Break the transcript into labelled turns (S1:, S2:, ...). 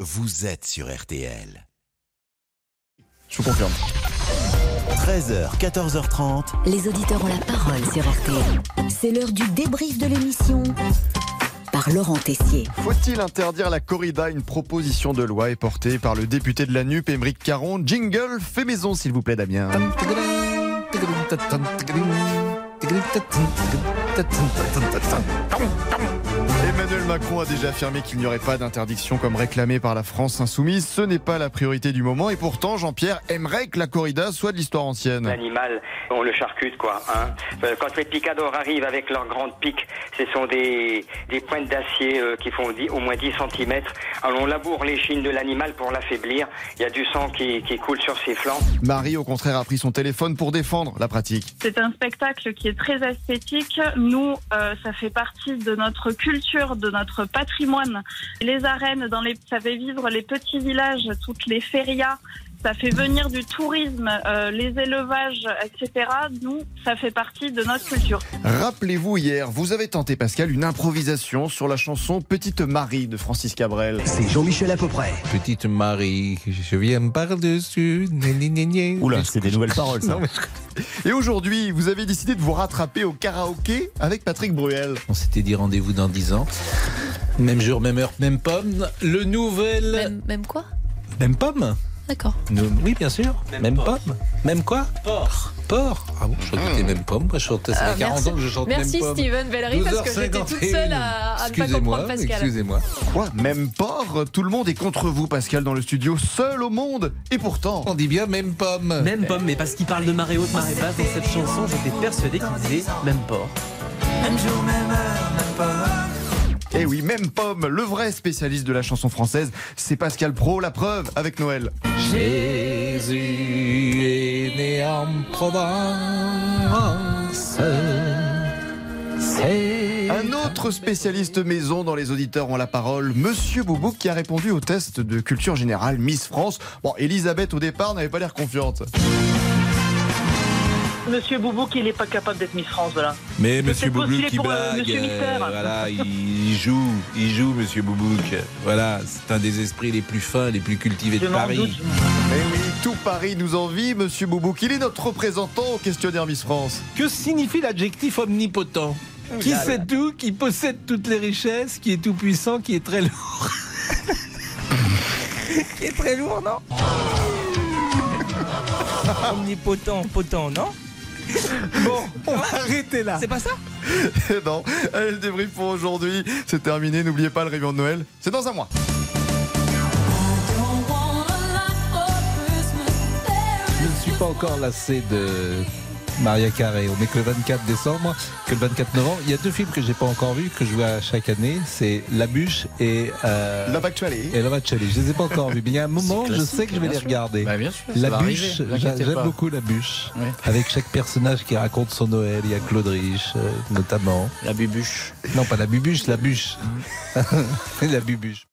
S1: vous êtes sur RTL.
S2: Je vous confirme.
S1: 13h, 14h30.
S3: Les auditeurs ont la parole sur RTL. C'est l'heure du débrief de l'émission par Laurent Tessier.
S2: Faut-il interdire la corrida Une proposition de loi est portée par le député de la NUP, Émeric Caron. Jingle, fait maison, s'il vous plaît, Damien. Emmanuel Macron a déjà affirmé qu'il n'y aurait pas d'interdiction comme réclamée par la France insoumise. Ce n'est pas la priorité du moment et pourtant Jean-Pierre aimerait que la corrida soit de l'histoire ancienne.
S4: L'animal, on le charcute, quoi. hein. Euh, Quand les picadors arrivent avec leurs grandes piques, ce sont des, des pointes d'acier euh, qui font dix- au moins 10 cm. Alors on laboure les chines de l'animal pour l'affaiblir. Il y a du sang qui, qui coule sur ses flancs.
S2: Marie, au contraire, a pris son téléphone pour défendre la pratique.
S5: C'est un spectacle qui est très esthétique. Nous, euh, ça fait partie de notre culture, de notre patrimoine. Les arènes, dans les, ça fait vivre les petits villages, toutes les férias. Ça fait venir du tourisme, euh, les élevages, etc. Nous, ça fait partie de notre culture.
S2: Rappelez-vous hier, vous avez tenté, Pascal, une improvisation sur la chanson Petite Marie de Francis Cabrel.
S6: C'est Jean-Michel à peu près.
S7: Petite Marie, je viens par-dessus. Né, né, né, né.
S8: Oula, c'est des nouvelles paroles, ça.
S7: Non, mais
S2: Et aujourd'hui, vous avez décidé de vous rattraper au karaoké avec Patrick Bruel.
S7: On s'était dit rendez-vous dans 10 ans. Même jour, même heure, même pomme. Le nouvel.
S9: Même, même quoi
S7: Même pomme
S9: D'accord.
S7: Nous- Oui, bien sûr. Même, pomme. Même quoi Porc. Porc. Ah bon, je chantais même pomme. Moi, je chantais, ça fait
S9: Hmm. Ah,
S7: 40 ans que je chante
S9: Merci
S7: même pomme.
S9: Steven Bellery parce que j'étais
S7: 12h51.
S9: toute seule à, à ne pas
S7: Excusez-moi,
S9: comprendre Pascal.
S7: Excusez-moi.
S2: Quoi Même port Tout le monde est contre vous, Pascal, dans le studio, seul au monde. Et pourtant,
S7: On dit bien même pomme.
S6: Même pomme, mais parce qu'il parle de marée haute, marée basse dans cette chanson, j'étais persuadé qu'il disait même port.
S2: eh oui, même pomme, le vrai spécialiste de la chanson française, c'est Pascal Pro, la preuve, avec Noël.
S7: Jésus est né en Provence. C'est
S2: Un autre spécialiste maison dans les auditeurs ont la parole, Monsieur Boubou, qui a répondu au test de culture générale Miss France. Bon, Elisabeth, au départ, n'avait pas l'air confiante.
S10: Monsieur Boubou qui n'est pas capable d'être Miss France, voilà.
S7: Mais
S10: Monsieur
S7: Monsieur
S10: Boubouc
S7: Boubouc
S10: postulé
S7: qui
S10: qui pour, euh,
S7: blague,
S10: blague, Monsieur Mystère. euh,
S7: voilà, il joue, il joue Monsieur Boubouc. Voilà, c'est un des esprits les plus fins, les plus cultivés
S10: Je
S7: de
S10: m'en doute.
S7: Paris.
S2: Eh oui, tout Paris nous envie, Monsieur Boubou, il est notre représentant au questionnaire Miss France.
S7: Que signifie l'adjectif omnipotent Qui sait tout, qui possède toutes les richesses, qui est tout puissant, qui est très lourd. qui est très lourd, non
S6: Omnipotent, potent, non
S7: Bon, on va arrêter là.
S6: C'est pas ça
S2: Eh non, allez, le débrief pour aujourd'hui, c'est terminé. N'oubliez pas le réveillon de Noël, c'est dans un mois.
S7: Je ne suis pas encore lassé de Maria Carré. On est que le 24 décembre, que le 24 novembre. Il y a deux films que j'ai pas encore vus, que je vois chaque année. C'est La Bûche et euh,
S2: Love Actually.
S7: et Love Actually. Je les ai pas encore vus, mais il y a un moment, je sais que je vais les regarder.
S8: Bah, bien sûr. ça
S7: La
S8: va
S7: bûche,
S8: arriver,
S7: j'a-
S8: inquiétez
S7: j'aime
S8: pas.
S7: beaucoup la bûche.
S8: Ouais.
S7: Avec chaque personnage qui raconte son Noël, il y a Claude Rich euh, notamment.
S8: La bubuche. Mm.
S7: Non, pas la bubuche, la bûche. la bubuche.